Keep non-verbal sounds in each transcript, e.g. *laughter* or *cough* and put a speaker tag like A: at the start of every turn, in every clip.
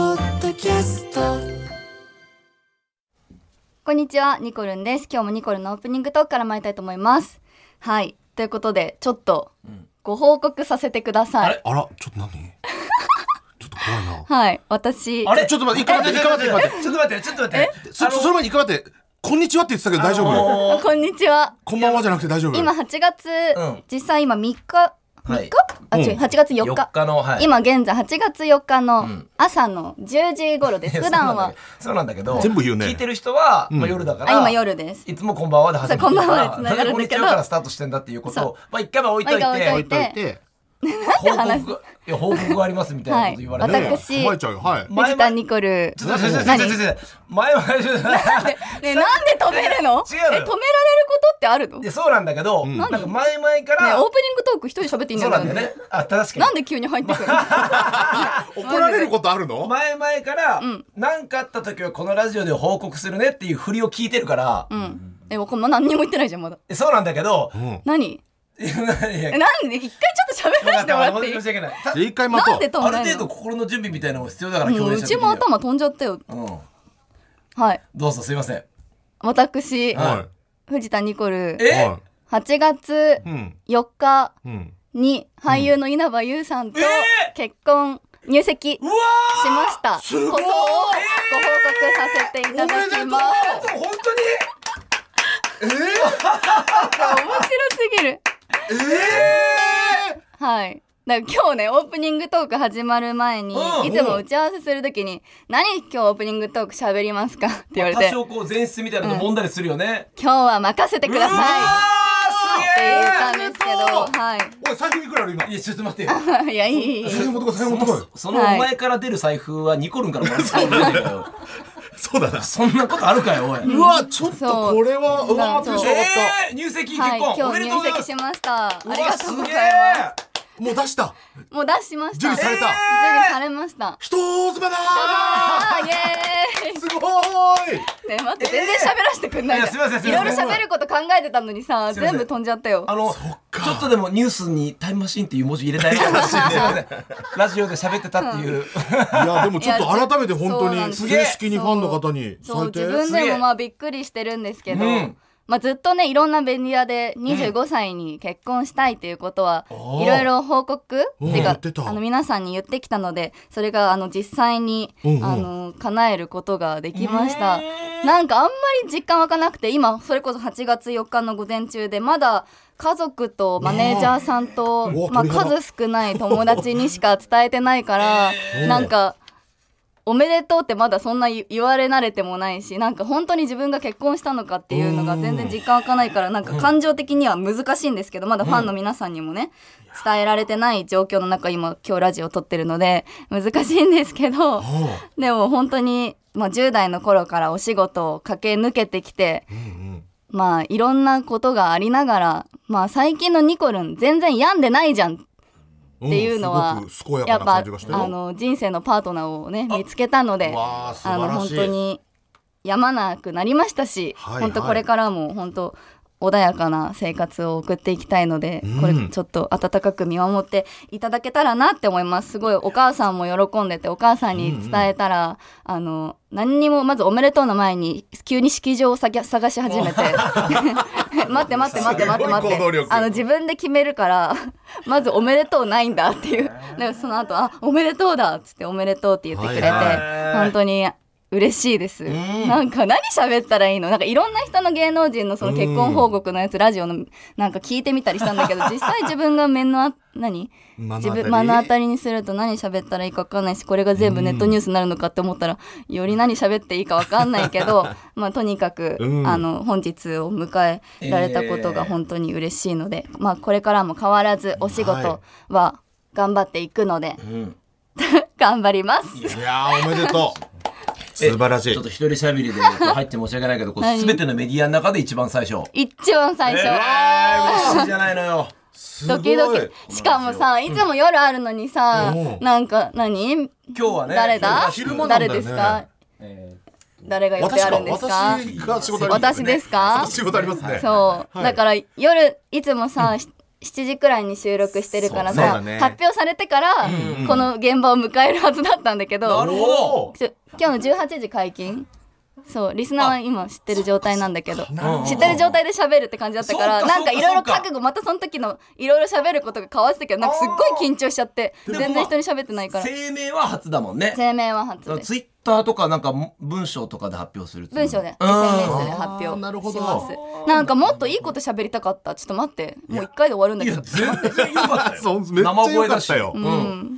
A: キャスト
B: こんにちは、ニコルンです。今日もニコルンのオープニングトークから参りたいと思います。はい。ということで、ちょっとご報告させてください。
C: あら、ちょっと何ちょっと怖いな。
B: はい。私、
C: れちょっと待って、一回待って、一回待って、一回待っ
D: ちょっと待って、ちょっと待って。
C: て。そその前に一回待って、こんにちはって言ってたけど大丈
D: あ
C: 夫
D: のー
B: こんにちは。
C: こんばんはじゃなくて大丈夫
B: 今8月、
D: うん
B: 実際今3日、
D: は
B: 3
D: い
B: 日、あ、違う、8月4
D: 4
B: 日。
D: 日の、はい。
B: 今現在8月4日の
D: ん
B: 朝の10時頃
D: *laughs*
B: です。普段は、
D: そうなんだけど。そうなんだけど
C: 全部言うね
D: 聞いてる人は、まあ夜だから。
B: あ、今。夜です。
D: いつもこんばんはで始めて
B: そうこんばんはで繋がるんだけど
D: こんにちはからスタートしてんだっていうこと
B: そう
D: を、まあ一回は置いといて、
B: まあ一回置
C: 置いといて。
D: 報告、いや報告がありますみたいなこと言われて。
B: はい
C: ねえ
B: 私
C: 怖いちゃうよ。はい。
D: 前
B: 藤田ニコル。
D: ちょっと、ちょっと、ちょっ
B: 何
D: と、ちょっとちょっと、前は、ちょっと
B: ね
D: *laughs*
B: え、なんで止めるの
D: 違うの
B: え、止められることってあるの
D: い
B: ね
D: やそうなんだけど、なんか前々か
B: えオープニ
D: ら、
B: ングトーク一人喋っていいん
D: そ
B: だ
D: うなんだよ
B: よ
D: ね。あ、確かに
B: なん。で急に入ってくるの
C: 怒られることあるの
D: 前々から何かあった時はこのラジオで報告するねっていう振りを聞いてるから、
B: うん。え、わかんない何にも言ってないじゃん、まだ。
D: えそうなんだけど、
B: 何
D: いやいや
B: え、なんで一回ちょっと喋らせてもらっていい
D: 申し訳ない
C: じゃあ一回待
B: な
C: と
B: んで
C: う。
B: 飛
D: あ
B: ん
D: る
B: だ
D: 程度
B: の
D: 心の準備みたいなのが必要だから
B: う
D: 共
B: ん
D: 演
B: う
D: 者
B: ちも頭飛んじゃったよ。
D: うん
B: はい。
D: どうぞすいません
B: 私、
D: は
C: は
B: 藤田ニコル、
C: い。
D: え
C: は
B: 8月
C: い。うん。
B: 4日
C: うん。
B: に俳優の稲葉優さんと
D: えー
B: 結婚、入籍し
D: うわ
B: ました。
C: すごい
B: ことをご報告させていただきます。
D: ー本
C: え
B: 面
C: ー
B: 白すぎる。
C: え
B: はい。だから今日ねオープニングトーク始まる前に、
D: うん
B: いつも打ち合わせするときに「何今日オープニングトーク喋りますか?」って言わ
D: 当
B: れ
D: に
B: て
D: 多少こう前室みたいなの揉んだりするよね
B: 今日は任せてくだ
D: うわ
B: さいって言ったん
D: ーすげえ
B: ですけど、は
C: おい、財布いくらある今
D: い。やちょっと待ってよ
B: い。い *laughs* や、いいいい。
C: 財布持ってこい、財布持ってこ
D: そのお前から出る財布はニコルンからもらったんだけど
C: い。そうだな。
D: そんなことあるかよおい、
C: うわ、ちょっ
B: そ
C: と
B: う
C: これは、うわ、
B: そう
C: テンション上がっ
D: えー、入籍結
B: はい、
D: 婚、お
B: 今
D: め
B: 日
D: でとうご
B: 入
D: ざいま
B: 籍
D: す
B: しました。あ
D: わ
B: りがとうございます。
C: た。もう出した。
B: もう出しました。
C: 受理された
B: えー受理されました。
C: 人妻だ
B: あーイエ
C: ーすごー
B: ー
C: い
B: イ。ね、待って、全然喋らせてくんないじゃん。
D: えーいやすいませんすいません
B: いろいろ喋ること考えてたのにさ、
D: すいませ
B: 全
D: ん
B: 部飛んじゃったよ。
D: あの、ちょっとでもニュースにタイムマシーンっていう文字入れたいなと思って *laughs* すいませんラジオで喋ってたっていう。
C: いやでもちょっと改めて本当
B: いやそう
C: に
B: そうなんです
C: 正式にファンの方に
B: そう、自
C: 最低
B: 分
D: す
B: で
D: げ
B: も
D: え
B: まあびっくりしてるんですけど、
D: うん
B: まあずっとね、いろんな便利屋で25歳に結婚したいということは、
D: おー
B: いろいろ報告って
C: うん
B: いう
C: 言
B: か
C: って、た
B: あの皆さんに言ってきたので、それがあの実際に、
C: うんうん
B: あの叶えることができました。なんかあんまり実感湧かなくて、今それこそ8月4日の午前中で、まだ家族とマネージャーさんと
C: う、わ
B: まあ
C: 鳥肌
B: 数少ない友達にしか伝えてないから、なんか。おめでとうってまだそんな言言われ慣れてもないしなんか本当に自分が結婚したのかっていうのが全然実感湧かないからなんか感情的には難しいんですけどまだファンの皆さんにもね伝えられてない状況の中今今日ラジオ撮ってるので難しいんですけど
C: あ
B: でも本当に、まあ、10代の頃からお仕事を駆け抜けてきて
C: あうんうん
B: まあいろんなことがありながらまあ最近のニコルン全然病んでないじゃん
C: うん
B: っていうのは、
C: すごく
B: や
C: 健や
B: っ
C: かな
B: ぱ
C: 感じがして
B: あの人生のパートナーをね見つけたので
C: わあ素
B: あ
C: 晴
B: の
C: ら
B: 本
C: しい
B: 当にやまなくなりましたし、
C: はいはい
B: 本当これからも本当穏やかな生活を送っていきたいので、
C: うん
B: これちょっと温かく見守っていただけたらなって思いますすごいお母さんも喜んでてお母さんに伝えたら、あの何にもまずおめでとうの前に急に式場をさぎゃ探し
C: *laughs*
B: 始めて *laughs* 待って待って待って待って待
C: すごい行動
B: って
C: 力
B: あの自分で決めるからまずおめでとうないんだっていうだからその後あおめでとうだっつっておめでとうって言ってくれて、
C: はい
D: はい
B: 本当に嬉しいです、なんか何喋ったらいいのなんかいろんな人の芸能人のその結婚報告のやつラジオのなんか聞いてみたりしたんだけど実際自分が目のあ何
C: 目の
B: 自
C: 当たり
B: 分目の当たりにすると何喋ったらいいか分かんないしこれが全部ネットニュースになるのかって思ったらより何喋っていいか分かんないけ
C: *laughs*
B: どまあとにかく、
C: うん
B: あの本日を迎えられたことが本当に嬉しいので、まあこれからも変わらずお仕事は頑張っていくので、頑張ります。
C: いやーおめでとう素晴らし
D: え
C: い
D: ちょっと一人しゃべりでこう入って申し訳ないけど、こう
B: はい
D: 全てのメディアの中で一番最初。
B: 一番最初、
D: えー、嬉しいじゃないのよ。
C: すご
B: ドキド
C: い
B: キしかもさいつも夜あるのにさ、
C: うん
B: なんか何
D: 今日はね、
B: 誰だ
C: 昼間なんだ
B: 誰
C: よね
B: ですか、誰が予定
C: 私
B: あ
C: か
B: るんですか
C: 私が仕事あります
B: 私ですか
C: 私仕事ありますね
B: そう、
C: はい
B: だから夜いつもさ、し7時くらいに収録してるから
C: そうそう
B: さ、
C: だね
B: 発表されてから
C: うん
B: この現場を迎えるはずだったんだけど、
D: なるほど
B: ちょ今日の18時解禁そうリスナーは今知ってる状態なんだけど
D: なるほど
B: 知ってる状態で喋るって感じだったから
D: そうか
B: な
D: そ
B: ん
D: うか
B: かいろいろ覚
D: そう
B: 悟またその時のいろいろ喋ることが変わってたけどなんかすっごい緊張しちゃって
D: あー
B: 全然人に喋ってないから
D: 声明は初だもんね
B: 声明は初です
D: ツイッターとかなんか文章とかで発表するっていう
B: 文章で SNS
D: うん
B: で発表
C: あーなるほど
B: しますなんかもっといいこと喋りたかったちょっと待ってもう一回で終わるんだ
D: い
B: け
D: や
B: ど
D: 全然よかったよ
C: そうめっちゃ良かった
B: う
C: よ
D: 生声だしうん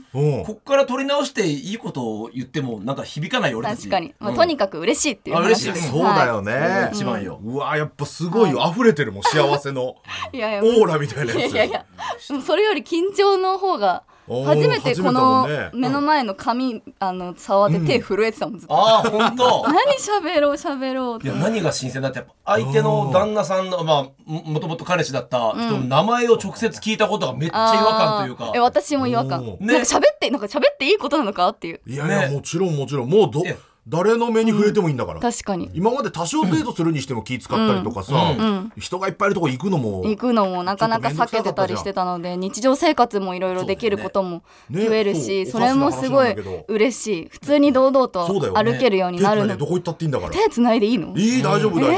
B: ん
C: う
D: こ
C: ん
D: っから取り直していいことを言ってもなんか響かないよ俺たち
B: 確かにまあ
D: うん
B: とにかく嬉しいっていう
D: あ嬉し
B: 話
D: い
B: です
C: そうだよ
D: はいそ
C: ね
D: れが一番よ
C: うわやっぱすごいよ溢れてるもん幸せの
B: はいい *laughs* やいや
C: オーラみたいない
B: や
C: や
B: い
C: つ
B: やいやうんそれより緊張の方が
C: おー
B: 初めてこの
C: 初めてだもん
B: 目
C: ね
B: の前の紙あの触って手震えてたもんずっと
D: ああ本当
B: *laughs* 何喋ろう喋ろう
D: い
B: と
D: や何が新鮮だってやっぱ相手の旦那さんのまあももともと彼氏だった人の名前を直接聞いたことがめっちゃ違和感という
B: あ
D: か
B: ーえ私も違和
C: お
B: 感
C: ー
D: ね
B: なんか喋ってなんか喋っていいことなのかっていう
C: いやいや
D: ね
C: もちろんもちろんもうど
D: いや
C: 誰の目に触れてもいいんだから
B: 確かに
C: 今まで多少程度するにしても気使ったりとかさ
D: うん
C: 人がいっぱいいるとこ行くのも
B: 行くのもなかなか避けてたりしてたので日常生活もいろいろできることも
C: ね
B: 増えるし
C: そ
B: そう
C: おか
B: れ
C: しな
B: も
C: 話
B: す
C: な
B: ご
C: んだ
B: い
C: けど
B: 嬉しい普通に堂々と
C: そうだよね
B: 歩けるようになる
C: 手繋いでど
B: の
C: こ行ったっていいんだからい
B: 手つないでいいの
C: い大丈夫だよ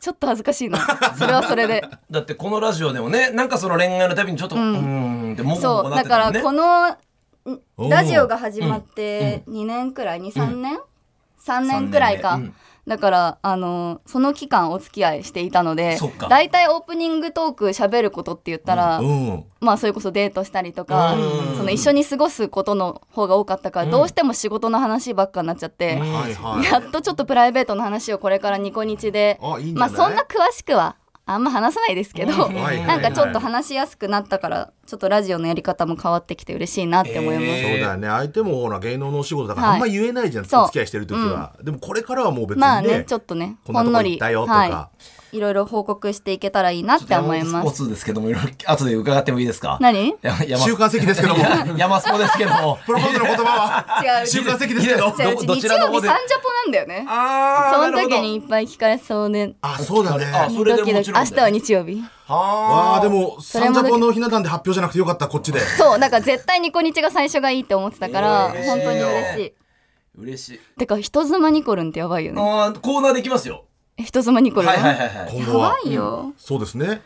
B: ちょっと恥ずかしいなそれはそれで
D: だってこのラジオでもねなんかその恋愛のたびにちょっとうーんってもごも
B: そ
D: ご
B: う
D: なっ
B: だ
D: てた
B: か
D: もん
B: ら
D: ね
B: この
C: おー
B: ラジオが始まって2年くらい23年3年くらいか
D: 三年ね
B: だからあのその期間お付き合いしていたので
D: そっか
B: 大体オープニングトーク喋ることって言ったら
C: うん
B: まあそれこそデートしたりとか
D: うん
B: その一緒に過ごすことの方が多かったからどうしても仕事の話ばっかになっちゃって
D: う
B: *laughs*
D: ん
C: はい
B: や
C: は
B: っとちょっとプライベートの話をこれからニコニチで
C: いあいいんじ
B: ま
C: ゃ
B: あ
C: ない
B: そんな詳しくはあんま話さないですけど
D: うん
C: はいはい
B: なんかちょっと話しやすくなったからちょっとラジオのやり方も変わってきて嬉しいなって思います。
C: そ
D: え
C: うだよね相手もほら芸能のお仕事だか
B: は
C: ら
B: い
C: あんま言えないじゃん、
B: そう
C: お付き合いしてる時は、でもこれからはもう別にね,、
B: まあねちょっとね
C: こん
B: ほ
C: なと
B: ん
C: こ
B: の
C: 行っ
B: り
C: たよと
B: は
C: か、
B: いいろいろ報告していけたらいいなって思いま
D: スポ
B: す。
D: ーツですけどもいろいろ後で伺ってもいいですか
B: 何？違う
D: や山
C: 週刊席です
B: *laughs*
C: けども
D: 山スポですけども
C: プロポーズの言葉は
B: うち
C: 週刊席ですけ
D: いや
C: ど
D: い
B: 違
D: や
B: ううち
D: ど
B: 日
D: ちらの
B: 曜
D: 方
B: 日
D: で
B: サンジャポなんだよね。
D: あ
B: そ
D: ー
B: の時にいっぱい聞かれそうで。
C: あそうだね
D: あそれでもちろ
B: 明
D: ん
B: 日は日曜日。
D: は
C: わ
D: あ
C: あでも
B: それ
C: サ
B: も
C: ンジャポのひな壇で発表じゃなくてよかったこっちで
B: そうだから絶対ニコニチが最初がいいって思ってたから
D: えー
B: 本当に嬉しい。
D: 嬉しい
B: てか人妻ニコルンってやばいよね。
D: あーコーナーできますよ
B: え人妻ニコルン。
D: はいはい
B: や
D: はいはい
C: 今後は
B: ばいよ。
C: そうですね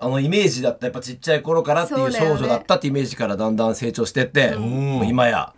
D: あのイメージだったやっぱちっちゃい頃からってい
B: そううだよ
D: 少
B: ね
D: 女だったってイメージからだんだん成長してって、もう今や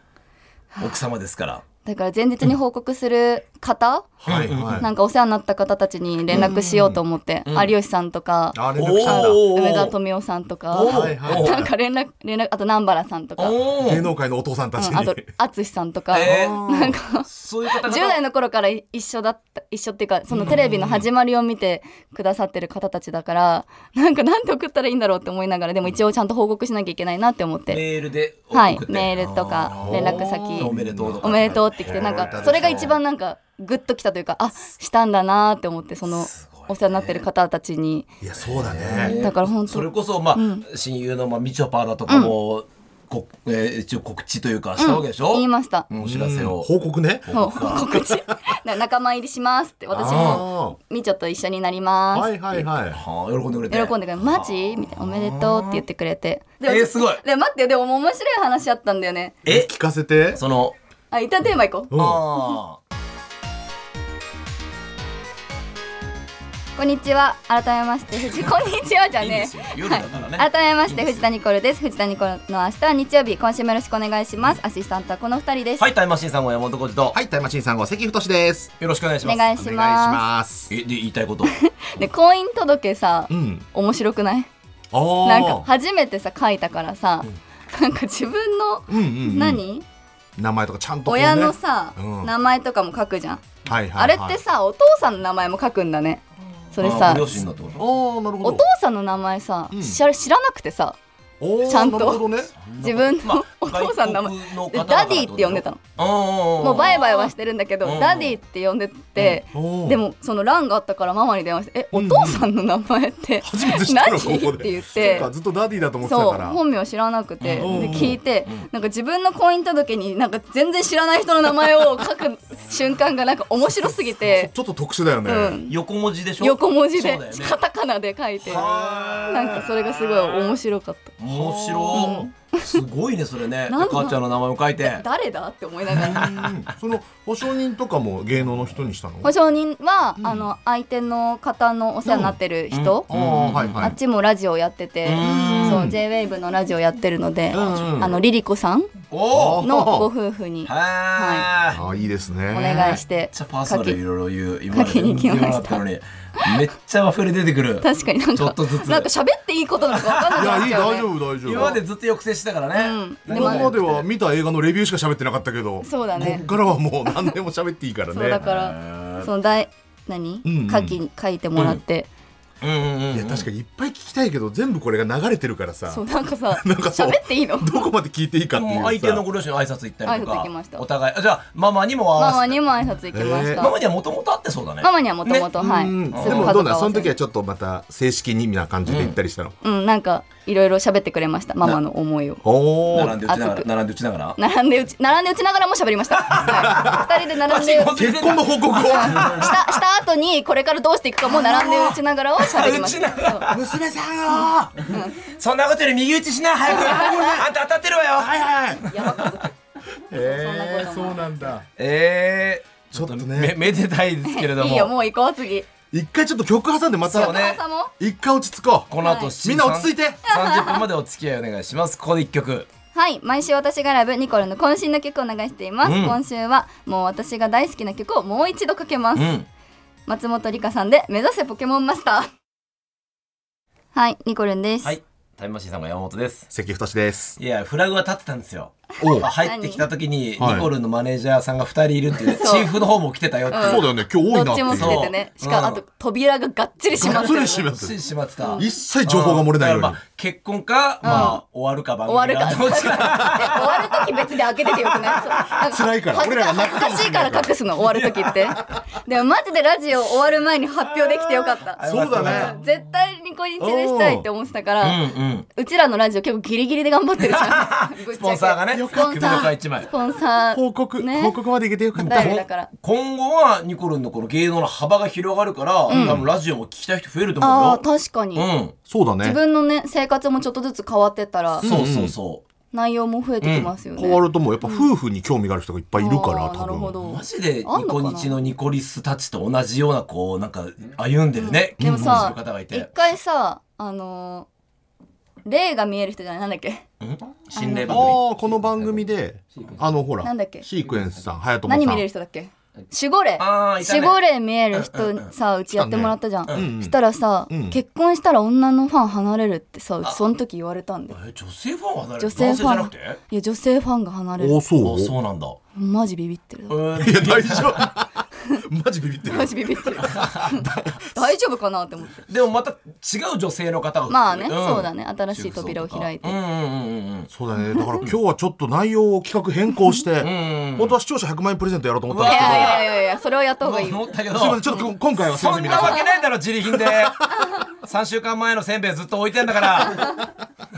D: 奥様ですから
B: だから前日に報告する方、
C: はいはい、
B: なんかお世話になった方たちに連絡しようと思って、有吉さんとか、
C: あ連絡したんだ
D: おー
B: 梅沢富美男さんとか
D: お、ー
C: はいはい
D: お
B: な
D: ー
B: んか連絡連絡あと南原さんとか、うん、
D: お
C: 芸
D: ー
C: 能界のお父さんたちに、
B: あと淳さんとか、
D: えー
B: なんか
D: そういう方々
B: 10代の頃から一緒だった一緒っていうかそのテレビの始まりを見てくださってる方たちだからなんかなんて送ったらいいんだろうって思いながらでも一応ちゃんと報告しなきゃいけないなって思って、
D: メールで送って、
B: はいメールとか連絡先
D: おめでとうとか
B: おめでとうってきてなんかそれが一番なんかグッときたというかあしたんだなーって思ってその
D: すごいね
B: お世話になってる方たちに
C: いやそうだね、
B: だから本
D: それ
B: 当
D: こそまあ、親友のまあみちょぱだとかも、こえー一応告知というかしたわけでしょ、
B: 言いました
D: うんお知らせを、
C: 報告ね
B: そう告
D: *laughs*
B: 知な仲間入りしますって私も
C: あ
B: みちょと一緒になりま
C: ー
B: す
C: はいはいはい
D: はあ喜んでくれて
B: 喜んでくれて「マジ?」みたいな「おめでとう」って言ってくれてでも
D: えーすごい
B: で待ってでも面白い話あったんだよね
D: え
C: 聞かせて
D: その
B: あ一旦テーマいこう
C: うん
D: あ
B: こんにちは改めまして藤こんにちはじゃ
D: あいいで
B: ね
D: す
B: え
D: よ夜だからね、
B: 改めまして藤田ニコルです藤田ニコルの明日は日曜日今週もよろしくお願いしますアシスタントはこの二人です、
D: はいタイムマシーンさんも山本浩二と、
C: はいタイムマシーン3号関太です
D: よろしくお願いしま
B: お
D: す
B: 願いしま
C: し
D: えで言いた
B: *laughs*
D: いこと
B: すで婚姻届さ、
C: うん
B: 面白くない
C: あー
B: なんか初めてさ書いたからさ、なんか自分の、
C: うんうんうん
B: 何
C: 名前とかちゃんとこうね
B: 親のさ、
C: うん
B: 名前とかも書くじゃん、
C: はいはいはい
B: あれってさお父さんの名前も書くんだねそれ
D: あ
B: さ
D: ご両親のってこと
C: あーなるほ
B: お
C: ど
B: 父さんの名前さ、知ら知らなくてさ
C: おー
B: ちゃんと
C: なるほどね
B: 自分のお父さんの名前でダディって呼んでたの
D: の
B: もうバイバイはしててるんだけ
D: うん
B: どダディって呼んでて
C: おー
B: でもその欄があったからママに電話して「え
C: う
B: お
C: んうん
B: 父さんの名前って
C: 初めて知っ
B: 何?」
C: たの
B: っ
C: ここで
B: て言って
C: そっかずっとダディだと思ってた
B: そう
C: から
B: 本名知らなくてで
C: うん
B: 聞いてなんか自分の婚姻届になんか全然知らない人の名前を書く瞬間がなんか面白すぎて
C: ちょっと特殊だよね、
B: うん
D: 横文字でしょ
B: 横文字で
D: そうだよね
B: カタカナで書いて
D: はー
B: なんかそれがすごい面白かった
D: 面白いすごいねそれね
B: なんだ
D: お母ちゃんの名前を書いて
B: 誰だって思いながら
C: うんその保証人とかも芸能の人にしたの
B: 保証人は
C: うん
B: あの相手の方のお世話になってる人
C: ああはいは
B: あっ
C: い
B: ちもラジオやってて
D: うん
B: そう JWAVE のラジオやってるので
C: うんうん
B: あのリリコさん
D: おお
B: のご夫婦に
D: は
C: ああいいですね
B: お願いし
D: めってちゃパーソナルいろいろ言う今
B: 書きに来ました
D: たのにめっちゃ溢れ出てくる
B: 確かになん
D: ちょっ
B: か
D: とずつ
B: なんか喋っていいことなのか分かん
C: い
B: なく
C: や
B: なっ
C: いい
B: ちゃうね
C: 大丈夫大丈夫
D: 今までずっと抑制してたからね
B: うんでも
C: 今までは見た映画のレビューしか喋ってなかったけど
B: そうだね
C: こっからはもう何でも喋っていいから
B: そうだ
C: ね
B: からその大何
C: うんうん
B: 書き書いてもらって
D: うんうんうん
C: いや確かにいっぱい聞きたいけど全部これが流れてるからさ
B: そうなんかさ
C: *laughs* なんかそう
B: 喋っていいの
C: どこまで聞いていいかってい
D: も
C: う
D: う
C: さ
D: 相手のご両親の挨拶行ったり
B: 挨拶
D: とか
B: 行きました
D: お互いあじゃあママにも
B: マ
D: 合わ
B: マ
D: せて
B: にも挨拶行きまし
C: えー
B: た
D: ママにはもともとあってそうだね
B: ママにはもともとはい
C: うん
B: す
C: で
B: ぐ
C: も
B: 家
C: ど
B: 族
C: うなの
B: 合
C: そ
B: わ
C: の
B: せ
C: 時は
B: て
C: ちょっとまた正式にみたいな感じで行ったりしたの、
B: うんなんかいろいろ喋ってくれましたママの思いを
C: お
D: 並んで
C: ー
D: 打ちなが
B: 熱
D: ら
B: く
D: 並んで打ちながら
B: 並んで打ち並んで打ちながらも喋りま
C: *laughs*
B: した、はい、2人で並んで
D: パチンコ
C: 結婚の報
B: *laughs*
C: 告を
B: したした後にこれからどうしていくかも並んで打ちながらを喋りまし
C: *laughs*
D: 打
B: た
D: ちな
B: そう
C: 娘さんよ
D: そんなことより右打ちしな早くあんた当たってるわよ
C: は
B: *laughs*
C: いはい
B: 山家族
C: えー、
B: そんなこと
C: そ
B: も
C: うなんだ
D: えー、
C: ちょっと
D: め
C: ね
D: めでたいですけれども
B: いいよもう行こう次
C: 一回ちょっと曲挟んでま
D: そ
C: た
D: うね
B: 朝も
C: 一回落ち着こう
D: この後、
B: はい
C: みんな落ち着い
D: て
C: て
D: 30分までお付き合いお願いしますここで一曲
B: はい毎週私が選ぶニコルの渾身の曲を流しています、
D: うん
B: 今週はもう私が大好きな曲をもう一度かけます、
D: うん
B: 松本里香さんで目指せポケモンマスターはいニコルンです、
D: はいタイムマシーンさんが山本です
C: 関太です
D: いやフラグは立ってたんですよ
C: おう
D: 入ってきた時にニ
C: 何
D: コルのマネージャーさんが2人いるっていうね
B: そう
D: チーフの方も来てたよって
C: そ
D: い
C: うだ
D: う
C: よね今日多
B: ど
C: いな
B: っ
C: って
B: ちも
C: い
B: つ
C: う
B: けてねしかもあ
D: そ
B: と
D: う
B: 扉ががっちり閉まってる
C: がっつり閉まって
D: ししまってた
C: 一切情報が漏れないよ
D: だ
C: うに
D: からまあ結婚かまあ終わるか番組
B: 終わるか
D: どっちか
B: で終わる時別で開けててよくないそうなん
C: 辛いから
B: 恥ず
C: 俺らが泣くか
B: 恥ず
C: も
B: かし
C: し
B: い
C: れ
B: か
C: ない
B: ら隠すの終わる時ってでもマジでラジオ終わる前に発表できてよかった
C: そうだね
B: 絶対にこんにちはしたいって思ってたか
D: う
B: ら、
D: んうん
B: うちらのラジオ結構ギリギリで頑張ってるじゃん
D: スポンサーがね
B: スポン
D: 首
B: サ
D: の
B: ー
D: 皮一枚
B: スポンサー
C: 報告、
B: ね
C: 報告までいけてよかった
B: 誰だから
D: 今後はニコルンのこの芸能の幅が広がるから、多分ラジオも聞きたい人増えると
B: ああ
D: 思うよ。
B: 確かに、
D: うん、
C: そうだね
B: 自分のね生活もちょっとずつ変わってったら
D: そうそうそ
B: 内容も増えてきますよね、
C: 変わるともうやっぱ夫婦に興味がある人がいっぱいいるから、
B: あー
C: 多
B: なる
C: 分
B: ほ
D: う。
B: ど
D: マジでニ
B: あんの
D: コ
B: かな
D: ニチのニコリスたちと同じようなこうなんか歩んでるね、
B: でも
D: 結婚す
B: さ
D: る方がい
B: 一
D: て。
B: 回さあのー霊が見える人じゃないなんだっけ
D: うん心霊
C: あ
D: 番組。
C: あーこの番組であのほら
B: なんだっけ
C: シークエンスさん隼人
B: 何
C: さ
B: 見
C: ん
B: れる人だっけ守護霊
D: あーいたね
B: 守護霊見える人さうちやってもらったじゃん、
D: うん
C: うん
B: したらさ、
C: うん
B: 結婚したら女のファン離れるってさうちその時言われたんだよ
D: え女性ファンは誰？
B: 女性ファン
D: 男じゃなくて？あ
B: いや女性ファンが離れ
C: お
B: る
C: ーそう
D: そうなんだ。
B: マジビビ
D: *laughs*
B: ってる
D: うん
C: *laughs* いや大丈夫 *laughs* マジビビってる
B: マジビビってる大丈夫かなって思って
D: でもまた違う女性の方が。
B: まあね、
D: ん
B: そうだね新しい扉を開いて、
D: うんうんうんうん
C: そうだねだから今日はちょっと内容を企画変更して、
D: うんうん。
C: 本当は視聴者100万円プレゼントやろうと思ったん
B: い
C: ですけ
B: や
C: ど
B: いやいやいやそれをやった方がいい
D: 思ったけど。
C: すいませんちょっとこ今回はすいま
D: そ
C: せん
D: ん
C: 皆
D: な
C: さん
D: わけないだろ自利 *laughs* 品で3週間前のせんべいずっと置いてんだから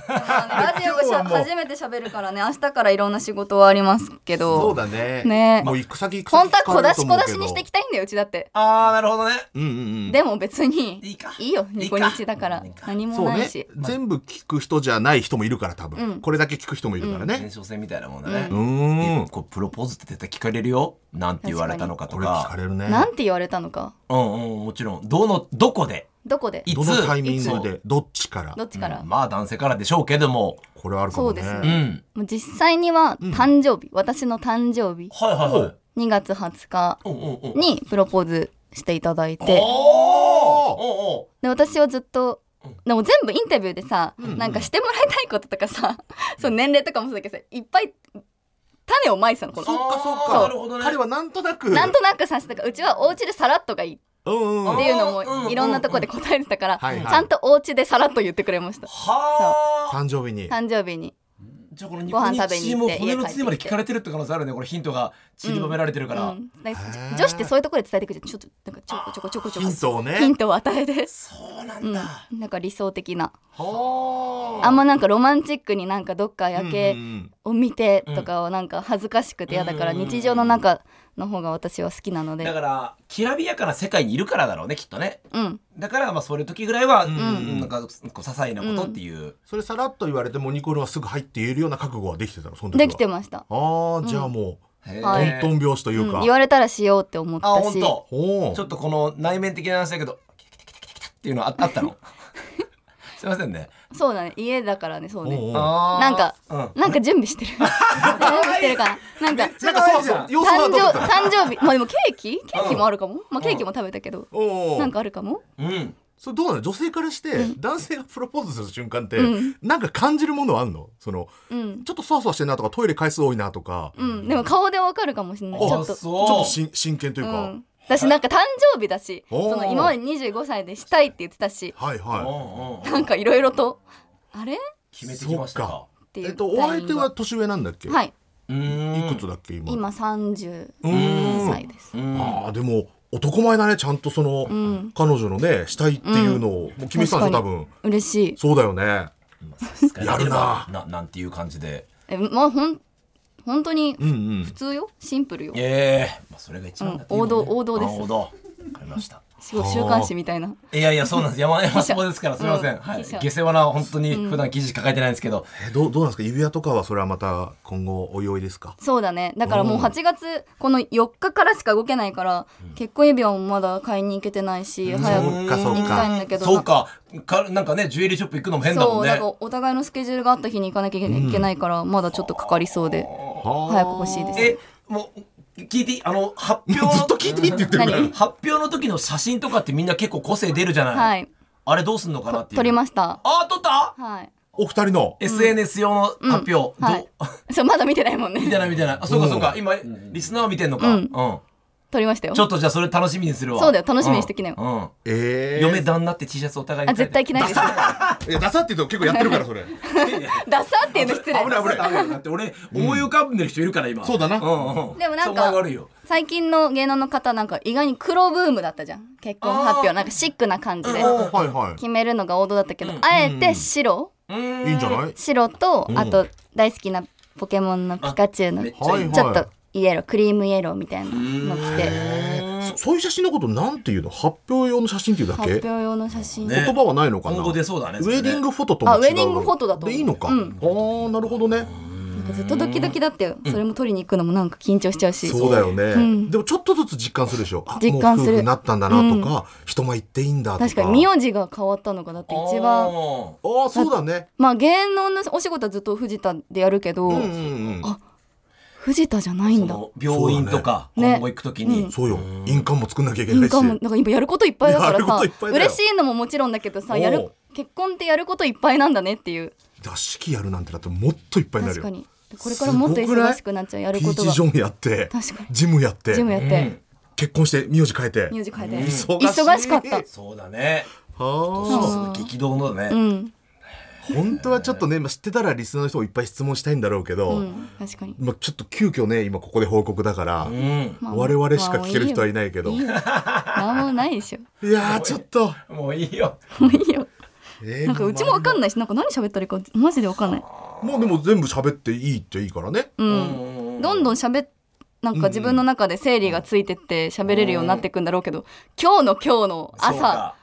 B: ラジオがしゃ
C: 今日はもう
B: 初めて喋るからね明日からいろんな仕事はありますけど
C: そうだね
B: ね
C: もう行く先行く先
B: 本当は小出し小出しにしていき
C: き
B: たいんだようちだって
D: ああなるほどね
C: うんうん
B: でも別に
D: いいか
B: いいよニコニチだから
D: いいか
B: 何
C: うん
B: も
C: そう
B: な
C: ね
B: いし、
C: 全部聞く人じゃない人もいるから多分、
B: うん
C: これだけ聞く人もいるから
D: 前
C: ね
D: 哨戦みたいなもんだね、
C: うーん
D: こうプロポーズって絶対聞かれるよなんて言われたのかと
C: これ聞か
D: か
C: れるね
B: なんて言われたのか
D: うんうんもちろんどのどこで
B: どこで
D: いつ
C: どのタイミング
D: い
C: でどっちから
B: どっちから、
D: うんまあ男性からでしょうけども
C: これあるかもね
B: そう
D: う
B: です
D: ん
B: もう実際には誕生日、私の誕生日
D: はいはいはい
B: 2月20日
D: うんうんうん
B: にプロポーズしていただいて
D: おーおお
B: で私はずっと
D: うん
B: でも全部インタビューでさ、なんかしてもらいたいこととかさ、 *laughs* そう年齢とかもそうだけどさいっぱい種をまいてたのこの
C: そっかそっ
D: あー
C: か
D: なるほどね
C: 彼はなんとなく
B: なんとなくさせたかうちはお家でさらっとがいい
C: うんうん
B: っていうのもいろんなところで答えてたから、
C: はいは
B: *laughs*
C: い
B: ちゃんとお家でさらっと言ってくれました
D: はあ
C: 誕生日に
B: 誕生日に
D: じゃあこの
B: ご飯食べに行って
D: 日本一も骨のつゆまで聞かれてるって可能性あるねこれヒントがちりばめられてるから、
B: うんなんか
C: へー
B: 女子ってそういうところで伝えてくれてちょっとなんかちょこちょこちょこちょこ
C: ヒントをね
B: ヒントを与えて、
D: そうな
B: うんん、
D: だ、
B: なんか理想的な
D: は
B: あんまなんかロマンチックになんかどっか夜
C: うんう
B: 景
C: ん
B: を見てとかをなんか恥ずかしくて嫌だから
D: うん
B: 日常の中の方が私は好きなの
D: だ
B: で
D: からきらびやかな世界にいるからだろうねきっとね
B: うん
D: だからまあそういう時ぐらいは、
C: ん
D: うんなんかこう些細なことっていう、
C: それさらっと言われてもニコルはすぐ入って言えるような覚悟はできてたのその時は
B: できてました、
C: ああじゃあも
D: へ
C: う
D: ー
C: トントン拍子といううんか
B: 言われたらしようって思っ
D: あ
B: た
D: 本
B: し
D: 当
C: おお
D: ちょっとこの内面的な話だけど「キタキタキタキタキタっていうのああっ
B: *laughs*
D: たのすいませんね
B: そうだね家だからねそうね
C: おうおう
D: あー
B: なんか、
D: うん
B: なんか準備してる準備してるからなんか
D: ちゃ
C: なんかそうそう様子は
B: 誕
C: どうだ
B: 生
C: った
B: 誕生日まあでもケーキケーキもあるかも、まあ、ケーキも食べたけど、
C: おうおう
B: なんかあるかも
D: うん
C: それどうなの女性からして男性がプロポーズする瞬間って
B: うん
C: なんか感じるものはあんのその
B: うん
C: ちょっとそわそわしてんなとかトイレ回数多いなとかち
B: う
C: ょ
B: んでも顔でわかるかもしれないちょ
D: あ
B: っと
D: そう
C: っとしん真剣という
B: う
C: か
B: んだしなんか誕生日だし
C: おー
B: その今まで25歳でしたいって言ってたし
C: はいは
D: うんう
B: なんんかいろいろとあれっ
D: 決めてきました
C: そ
D: か
B: て
C: い
B: いう
C: えっとお相手は年上なんだっけ
B: はいい
D: い
C: くつだっけ今
B: 今30
C: うん
B: 歳です
D: うん
C: ああでも男前だねちゃんとその、
B: ん
C: 彼女のねしたいっていうのをもう決めてたんでしょ多
B: 確かに
C: 分
B: 嬉しい
C: そうだよねやるな
D: ななんていう感じで
B: えまあほん本当に
C: うんうん
B: 普通よシンプルよ
D: ええまあそれが一番だっていうもんね
B: うん王道王道です
D: あ王道わかりました
B: すごい週刊誌みたいない
D: *laughs* やいやそうなんです山山そこですからすみませ
B: うん
D: んはい
B: 記者
D: 下世話な本当に普段記事抱えてないんですけど
C: えどうどうなんですか指輪とかはそれはまた今後お用意ですか
B: そうだねだからもう
C: おー
B: 8月この4日からしか動けないから結婚指輪もまだ買いに行けてないし早く
C: そっかそっ
B: 行きたい
C: か
B: んだけど
D: そうかかなんかねジュエリーショップ行くのも変だも
B: そ
D: ん
B: うな
D: ね
B: んかお互いのスケジュールがあった日に行かなきゃいけないからまだちょっとかかりそうで早
C: 早
B: く欲しいです
D: えもう聞いていいあの発表 *laughs* の
C: ずっと聞いていいって言ってるから
B: 何
D: 発表の時の写真とかってみんな結構個性出るじゃない、
B: はい
D: あれどうすんのかなっていう
B: 撮りました
D: あー撮った
B: はい
C: お二人の
D: SNS 用の発表、どう
B: はいそうまだ見てないもん
D: みたい
B: ね
D: なみたいなあそうかそうか
C: う
D: 今リスナーは見てんのか、
B: うん
D: うん
B: 撮りましたよ
D: ちょっとじゃあそれ楽しみにするわ
B: そうだよ楽しみにしてきなよ
D: うんうん
C: えー、
D: 嫁旦那って T シャツお互い
B: あ
D: に書
B: 絶
D: いて
B: 対着ないです
C: いや出さって言うと結構やってるからそれ
B: ダサっていうの失礼
D: 危ない危ない危ないだって俺思い浮かんでる人いるから今
C: そうだなん
D: うん
B: でもなんか
D: そうお前が悪いよ
B: 最近の芸能の方なんか意外に黒ブームだったじゃん結婚発表なんかシックな感じで
D: うん
C: はいは
B: 決めるのが王道だったけどあえて白
D: うー
C: いいいんじゃない
B: 白と
C: うん
B: あと大好きなポケモンのピカチュウの
D: めっ
B: ち
D: ちゃいい、
C: はい
B: ょっとイエロークリームイエローみたいなの着て
C: えー、そそういう写真のことなんていうの発表用の写真っていうだ
B: 発
C: け
B: 表用の写真
D: ね
C: 言葉はないのかな
D: 今後出そうだね
C: ウェディングフォトとも違
B: あ
C: う
B: ウェディングフォトだと思う
C: でいいのか、
B: うん
C: ああなるほどね
B: なんかずっとドキドキだってよそれも撮りに行くのもなんか緊張しちゃうし
C: そうだよね、
B: ん
C: でもちょっとずつ実感するでしょあ
B: 実感する
C: もう夫婦になったんだなとか、人前行っていいんだとか
B: 確かに名字が変わったのがだって一番
D: 番
C: ああそうだね
B: まあ芸能のお仕事はずっと藤田でやるけど
C: うんうん
B: あ藤田じゃないんだ
D: 病院とか
B: そうだね
D: 今後行くときに
C: うんそうよ印鑑も作んなきゃいけな
B: 印
C: いし
B: 鑑もなんか今やることいっぱいだからさ
C: やることいっぱいだよ
B: 嬉しいのももちろんだけど
C: お
B: さ
C: う
B: やる結婚ってやることいっぱいなんだねっていう
C: 座敷やるなんてなったらもっといっぱいになる
B: 確
C: よ
B: かにこれからもっと
C: すごくない
B: 忙しくなっちゃうやる
C: ピ
B: こ
C: ー
B: と
C: チ
B: が
C: ジョンやって
B: 確かに
C: ジムやって
B: ジムやって
C: 結婚して名字変えて
B: ミュージカルで
D: うん
B: 忙しかった
D: そうだね
C: はあ
D: そうそう激動のだ
B: う
D: ね
B: ん
C: 本当はちょっとね、まあ、知ってたらリスナーの人もいっぱい質問したいんだろうけど、
B: うん確かに
C: まあ、ちょっと急遽ね今ここで報告だから、
D: うん
B: まあ
C: 我々しか聞ける人はい
B: な
C: ないけど、
B: いいよなんもないでしょ *laughs*
C: いやーちょっと、
D: もういいよ
B: もういいよ
C: えー
B: なんかうちもわかんないしなんか何喋ったらいいかマジでわかんない
C: もうでも全部喋っていいっていいからね。
B: う
D: うんん
B: どんどん喋っなんか自分の中で整理がついてって喋れるようになっていくんだろうけど今日の今日の
D: そう
B: 朝
D: か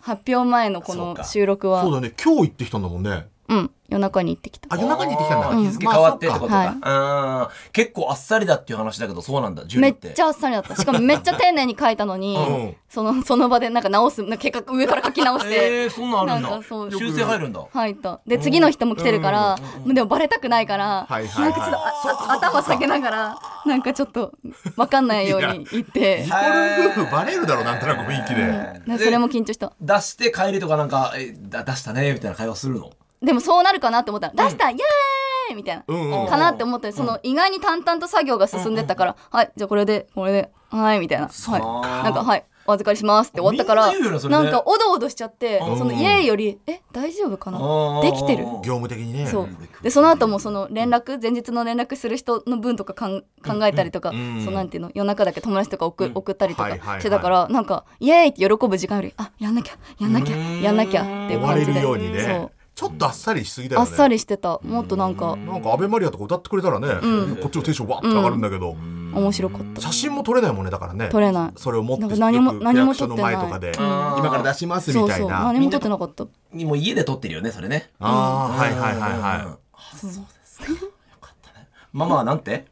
B: 発表前のこ
D: そう
B: の
D: か
B: 収録
C: そう
B: は
C: だね。今日行ってきたんだもんね。
B: うん夜中に行ってきた
C: あ夜中に行ってきたんだ。
D: あー日付変わってって
C: まあ
D: こ
C: そ
D: と
C: う
B: まあ
D: かあー結構あっさりだっていう話だけどそうなんだ準
B: め
D: 備っ
B: ってちゃあっさりだったしかもめっちゃ丁寧に書いたのに、
C: うん
B: その *laughs* その場でなんか直すなんか結果上から書き直して、
D: えーそんなんあるん
B: なん
D: だ
B: かそう
D: 修正入るんだ
B: 入ったで次の人も来てるから、でもバレたくないから、
C: はいはいはい
B: なんかちょっとああ頭下げながらなんかちょっと分かんないように言って
C: ニコル夫婦バレるだろうなんとなく雰囲気で。
B: なんかそれも緊張した
D: 出して帰りとかなんかえだ出したねみたいな会話するの
B: でもそうなるかなって思ったら「出したイエーイ!」みたいな、
C: うんうん。
B: かなって思ってその意外に淡々と作業が進んでったから「はいじゃあこれでこれではい」みたいな「はい」なんか「はい」お預かりしますって終わったから
D: みんな言うよなそれね
B: なんかおどおどしちゃって
D: うん
B: そのイエーイよりえ大丈夫かなできてる
C: 業務的にね
B: そう
C: うん
B: でその後もその連絡前日の連絡する人の分とかかん考えたりとか、
C: うん
B: そうなんていうの夜中だけ友達とか送,、
D: うん
B: 送ったりとか
C: はいはいはい
B: してたから、なんかイエーイって喜ぶ時間よりあやんなきゃやんなきゃ
D: うん
B: やんなきゃってい
C: 追
B: う
C: わ
B: 感
C: れ
B: じで
C: るように
B: そう
C: ねちょっとあっさりしすぎだよ
B: あ
C: ね
B: っさりしてたもっとなんか
C: なんかアベマリアとか歌ってくれたらね
B: うん
C: こっちもテンションわって上がるんだけど
B: 面白かった
C: 写真も撮れないもんねだからね
B: 撮れない
C: それを持って
B: なんか何も
C: よく
B: 何も撮って
C: 役所の
B: ない
C: 前とか
B: う
C: で
B: ん
C: 今から出します
B: そ
C: み
B: う
C: たい
B: そう
C: な
B: 何も撮ってなかった
D: にもう家で撮ってるよねそれね
C: ああはいはいはいは
D: あそうですかよかったね *laughs* ママはなんて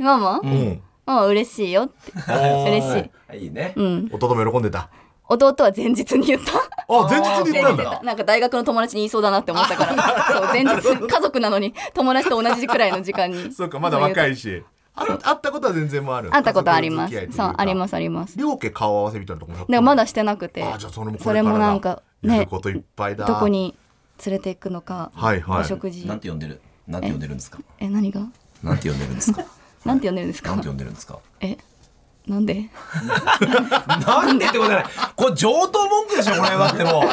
B: ママ、
C: いうん
B: ママ *laughs* 嬉しいよって嬉しい
D: いいいね
B: うん
C: 弟も喜んでた
B: 弟は前日に言った
C: あ前日に言った
D: あ
C: ん
D: ー前日
C: だ
B: なんか大学の友達に言いそうだなって思ったからそ
C: *laughs*
B: う前日家族なのに友達と同じくらいの時間に
C: *laughs* そうかまだ若
B: い
C: いしあ会ったことは全然もある
B: 会ったことあります
C: 家族付き合
B: そうありますすあります
C: 両家顔合わせみたいなとこもやった
B: でもまだしてなくて
C: あじゃあそれもこ
B: そ
C: れ
B: れ
C: から
B: も
C: だ
B: なんか
C: やる
B: ね
C: こといっぱいだ
B: どこに連れていくのか、
C: はいはい
B: お食事
D: なんて呼んでるなんて呼んでるんですか
B: え何が
D: なんて呼んでるんですか
B: なんて呼んでるんです
D: なん
B: か
D: て呼んでるんですか
B: えなんで
D: なんでってことないこれ上等文句でしょこれはっても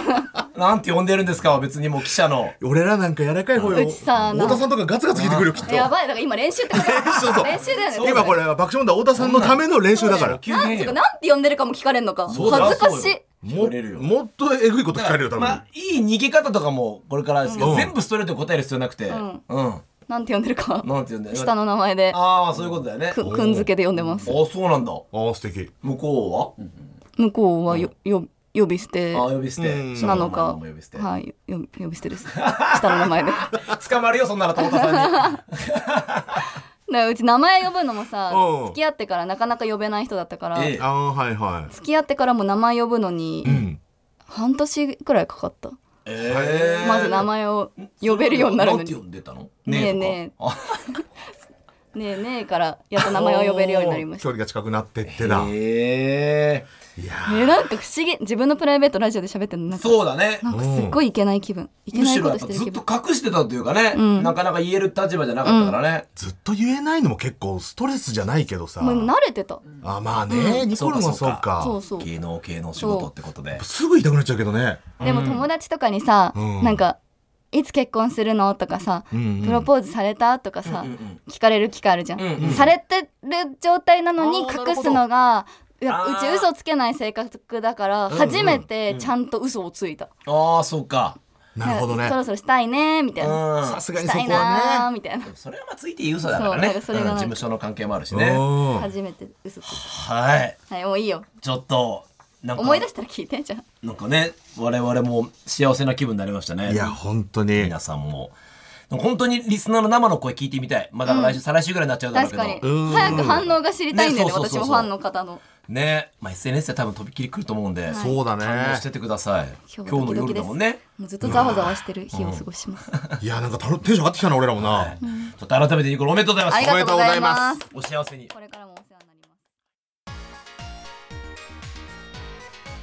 D: うなんて呼んでるんですかは別にもう記者の
C: 俺らなんか柔らかい方よ
B: うちさ
C: 太田さんとかガツガツ聞いてくるよきっと
B: やばいだから今練習ってことだ
C: そうそう
B: 練習だよね
C: 今これは爆笑問題太田さんのための練習だから
D: 急
B: な
D: 変
B: んつうか
D: よ
B: なんて呼んでるかも聞かれんのか
D: そうだ
B: 恥ずかし
D: そうよ
B: い
C: も
D: 聞かれるよ
C: もっとえぐいこと聞かれるよ多分
D: まあいい逃げ方とかもこれからですけど、
C: うん
D: 全部ストレートに答える必要なくて、うんん、
B: なんて呼んでるか
D: なんて言うんだよ。
B: 下の名前で
D: ああそういうことだよね。
B: くくんづけで呼んでます
D: あそうなんだ。
C: ああ素敵
D: 向こうは、
B: 向こうはよ、よ呼び捨て
D: ああ呼び捨
C: う
D: て
C: ん
D: 下
B: な
D: の
B: の
D: 名前
B: か
D: も呼び捨、て。
B: はい、よ呼び捨てです。下の名前で。だか
D: 捕まるよそんなら友田さん
B: *laughs*
D: に。
B: らうち名前呼ぶのもさ
C: うん、
B: 付き合ってからなかなか呼べない人だったから、
D: ええ
C: ああはいは
B: 付き合ってからも名前呼ぶの
C: い
B: に、
C: ん
B: 半年くらいかかった。
D: ええ
B: まず名前を呼べるようになるの
D: なんて
B: に。
D: 呼んでたの？
B: ねえねえねえねえから、やっと名前を呼べるようになりまし
C: 距
B: た。
C: 離が近くなってって
D: え
C: だ
D: あへえ
C: いや
B: え、
C: ー
B: なんか不思議。自分のプライベートラジオで喋ってるの、なんか、
D: そうだね。
B: なんかすっごいいけない気分。いけ
D: む
B: な
D: し
B: いこ
D: ろや
B: と
D: っ
B: して
D: ぱず
B: る気
D: っと
B: 分。
D: 隠してたというかね、
B: うん
D: なかなか言える立場じゃなかったからね。
C: ずっと言えないのも結構ストレスじゃないけどさ
B: もう慣れてた。
C: あまあねニコルも
D: そ
C: そうう
D: か
B: そう
C: か
B: そう。
D: 芸能系の仕事ってことで。
C: すぐ言いたくなっちゃうけどね
B: でも友達とかにさ、
C: うん
B: なんか「いつ結婚するの?」とかさ、
C: うんうん
B: プロポーズされた?」とかさ、
D: うんうん
B: 聞かれる機会あるじゃん、
D: うんうん
B: されてる状態なのに
C: あー
B: 隠すのがいや
D: あー
B: うち嘘つけない性格だから
C: うん
B: 初めてちゃんと嘘をついた、
D: ああそうか。
C: なるほど
B: いや
C: ね
B: そろそろしたいねみたいな、
D: うん
C: さすが
B: し
C: にそ
B: た
C: こ
B: いなー
C: は
B: みたいな、
D: それはまあついていい嘘だから
B: そうなん
D: ね
B: かそれが
D: う
B: なんんか
D: 事務所の関係もあるし
C: ね
D: ね
C: うん
B: 初めて嘘つい
D: はい
B: たはいもういいよ
D: ちょっとなんか
B: 思い出したら聞いてじゃあ
D: なんかね我々も幸せな気分になりましたね
C: いや本当に
D: 皆さんも本当にリスナーの生の声聞いてみたいまあだから来週、再来週ぐらいになっちゃうだろう
B: 確
D: け
B: か
D: ど
B: に
C: うん
B: 早く反応が知りたいんだよね
D: ねそうそうそ
B: 私
D: うそう
B: もファンの方の
D: ねまあ SNS で多分とびっきり来ると思うんで、
B: い
C: そうだ
D: 反応
C: ね
D: しててください
B: 今
D: 今日
B: 日はド
D: の
B: キドキ
D: 夜
B: で
D: だ
B: す
D: もんね
B: もうずっとざわざわしてる日を過ごします
C: いやなんかたのテンション上がってきたな俺らもな
D: ちょっと改めてニコルおめでとうございます
B: ありがとうございます。
D: お幸せに
B: これからもお世話になります。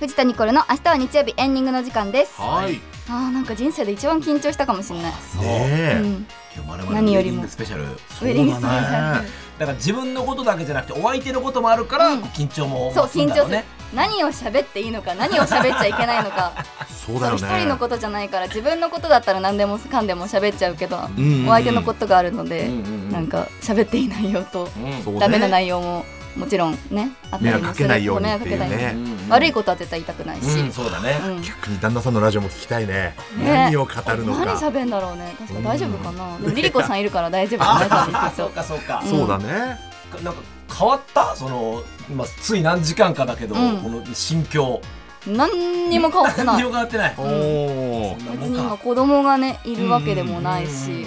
B: 藤田ニコルの明日は日曜日エンディングの時間です。あ
C: はい
B: あーなんか人生で一番緊張したかもしれない。
D: そう
B: う
C: ね
B: ん、
D: 今日まるまるウ
B: 何
D: ェ
B: よ
D: デ
B: り
D: ィン
B: も
D: グスペシャル
B: ウェディングスペシ
C: そう
B: ャ
C: だ
B: ル
C: ね。
D: だから自分のことだけじゃなくてお相手のこともあるから、
B: うん
D: こう緊張も
B: そう緊張す
D: ね
B: る。何を喋っていいのか、何を喋っちゃいけないのか。
C: そう
B: そ
C: だ
B: の
C: よ
B: 一人の
C: ね
B: ことじゃないから、自分のことだったら何でもかんでも喋っちゃうけど、
C: んうん
B: お相手のことがあるので、
D: うんうんうん
B: なんか喋っていい内容と、
D: うん
C: そうね
B: ダメな内容ももちろんね、あった
C: 迷
B: り
C: 惑
B: も
C: か
B: す
C: け
B: る。
C: ないように
B: 迷
C: っ
B: 惑
C: て
B: か
C: い
B: け
C: う
B: ないように
D: う
C: ね
D: んうん
B: 悪いことは絶対言いたくないし。
D: うん、そうだね、
B: うん
C: 逆に旦那さんのラジオも聞きたいね
B: ね
C: 何を語るの
B: 何
C: か
B: 喋んだろうね確か大丈夫かなでもリリコさんいるから大丈夫大丈夫
D: あ
B: きっ
D: そう
B: と
D: かそうか、
C: そうだね
D: なんか変わったその、まあ、つい何時間かだけど、
B: うん
D: この心境
B: 何にも変わってな
D: 何
B: い
D: にも変わってない
C: おお
D: そんな
B: 別
D: もん
B: に今
D: か
B: 子供がねいるわけでもないし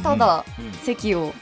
D: う
B: ただ
D: うん
B: 席を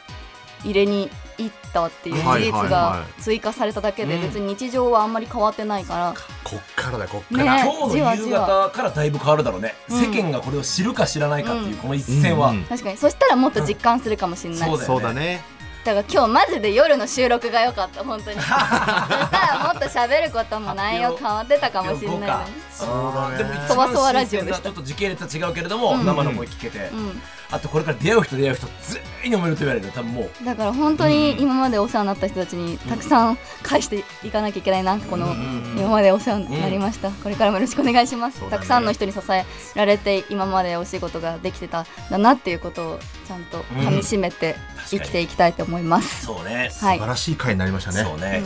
B: 入れに行ったっていう
C: は
B: 事
C: いは
B: 実
C: いはい
B: が追加されただけで
D: うん
B: 別に日常はあんまり変わってないから
C: こっからだこっか
B: ね
C: ら
D: 今日
B: じ
D: の
B: わ
D: 夕
B: じわ
D: 方からだいぶ変わるだろうね、
B: うん
D: 世間がこれを知るか知らないかっ
B: う
D: ていう
B: ん
D: この一戦は、
C: うんうん
B: 確かにそしたらもっと実感するかもしれない
D: うん
B: だ
C: そうだね
B: から今日マジで夜の収録が良かった本当にそしたらもっと喋ることも内容変わってたかもしれないのに
D: そう
C: だね
D: でも一番
B: そわそわラジオでした
D: 新鮮なちょっと時系列は違うけれども、
B: うん
D: 生の声聞けて、
B: うん
D: あとこれから出会う人出会う人全員におめでとう言われるよ多分もう
B: だから本当に今までお世話になった人たちにたくさん返していかなきゃいけないな、この
D: ん
B: 今までお世話になりました、これからもよろしくお願いします、
C: そうだね
B: たくさんの人に支えられて今までお仕事ができてたんだなっていうことをちゃんとかみしめて
D: 確か
B: 生
D: に
B: きていきたいと思います、
D: そうね
B: はい
C: 晴らしい回になりましたね
D: そうね、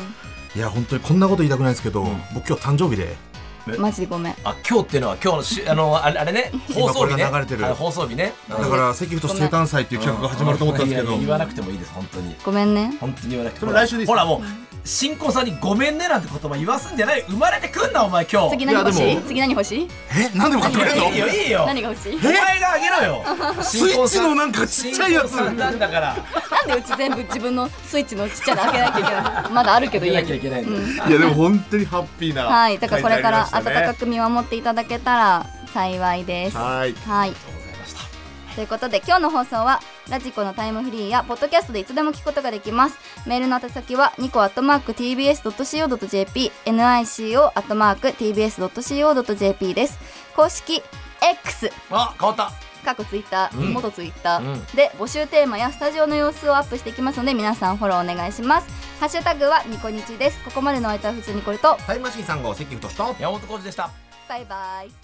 C: いや本当にこんなこと言いたくないですけど、僕今日誕生日で
D: え
B: マジでごめん
D: あ今日っていうのは今日
B: *laughs*
D: のしあのあれあれね放送日ね
C: *laughs* 今これが流れてる
D: あ放送日ね
C: だから関太生誕祭っていう企画が始まると思ったんですけ
D: いや
C: ど
D: いや言わなくてもいいです本当に
B: ごめんね
D: 本当に言わなくて
C: それ来週でいいです
D: ほ
C: から
D: もう新婚さんにごめんねなんて言葉言わすんじゃない生まれてくんなお前今日
B: 次何欲し
C: いや
B: い
C: でも
B: 次何欲しい
C: え何でも買ってくれるの
D: いいよいいよ
B: 何が欲しい
D: お前があげろよ
C: スイッチのなんかちっちゃいやつ
D: 新婚さんなんだから
B: なんでうち全部自分のスイッチのちっちゃいの開けなきゃいけないまだあるけ
D: あ
B: ど
D: げ
B: 家
D: なきゃい
B: に
D: けないんだ
B: うん
C: いやでも本当にハッピーな
B: はいだからこれから
C: 回
B: 温
C: になりま
B: か
C: し
B: く見守っていただけたら幸いです
C: たねはい
B: はい
D: ありがとうございました
B: ということで今日の放送はラジコのタイムフリーやポッドキャストでいつでも聞くことができますメールの宛先はニコアットマーク TBS.CO.JP NICO アットマーク TBS.CO.JP です公式 X
D: あ変わった
B: 過去ツイッター、
D: うん
B: 元ツイッター、
D: うん
B: で募集テーマやスタジオの様子をアップしていきますので皆さんフォローお願いしますハッシュタグはニコニチですここまでの間は普通にこれと
C: タイムマシーン3号関太と
D: 山本浩二でした
B: バイバイ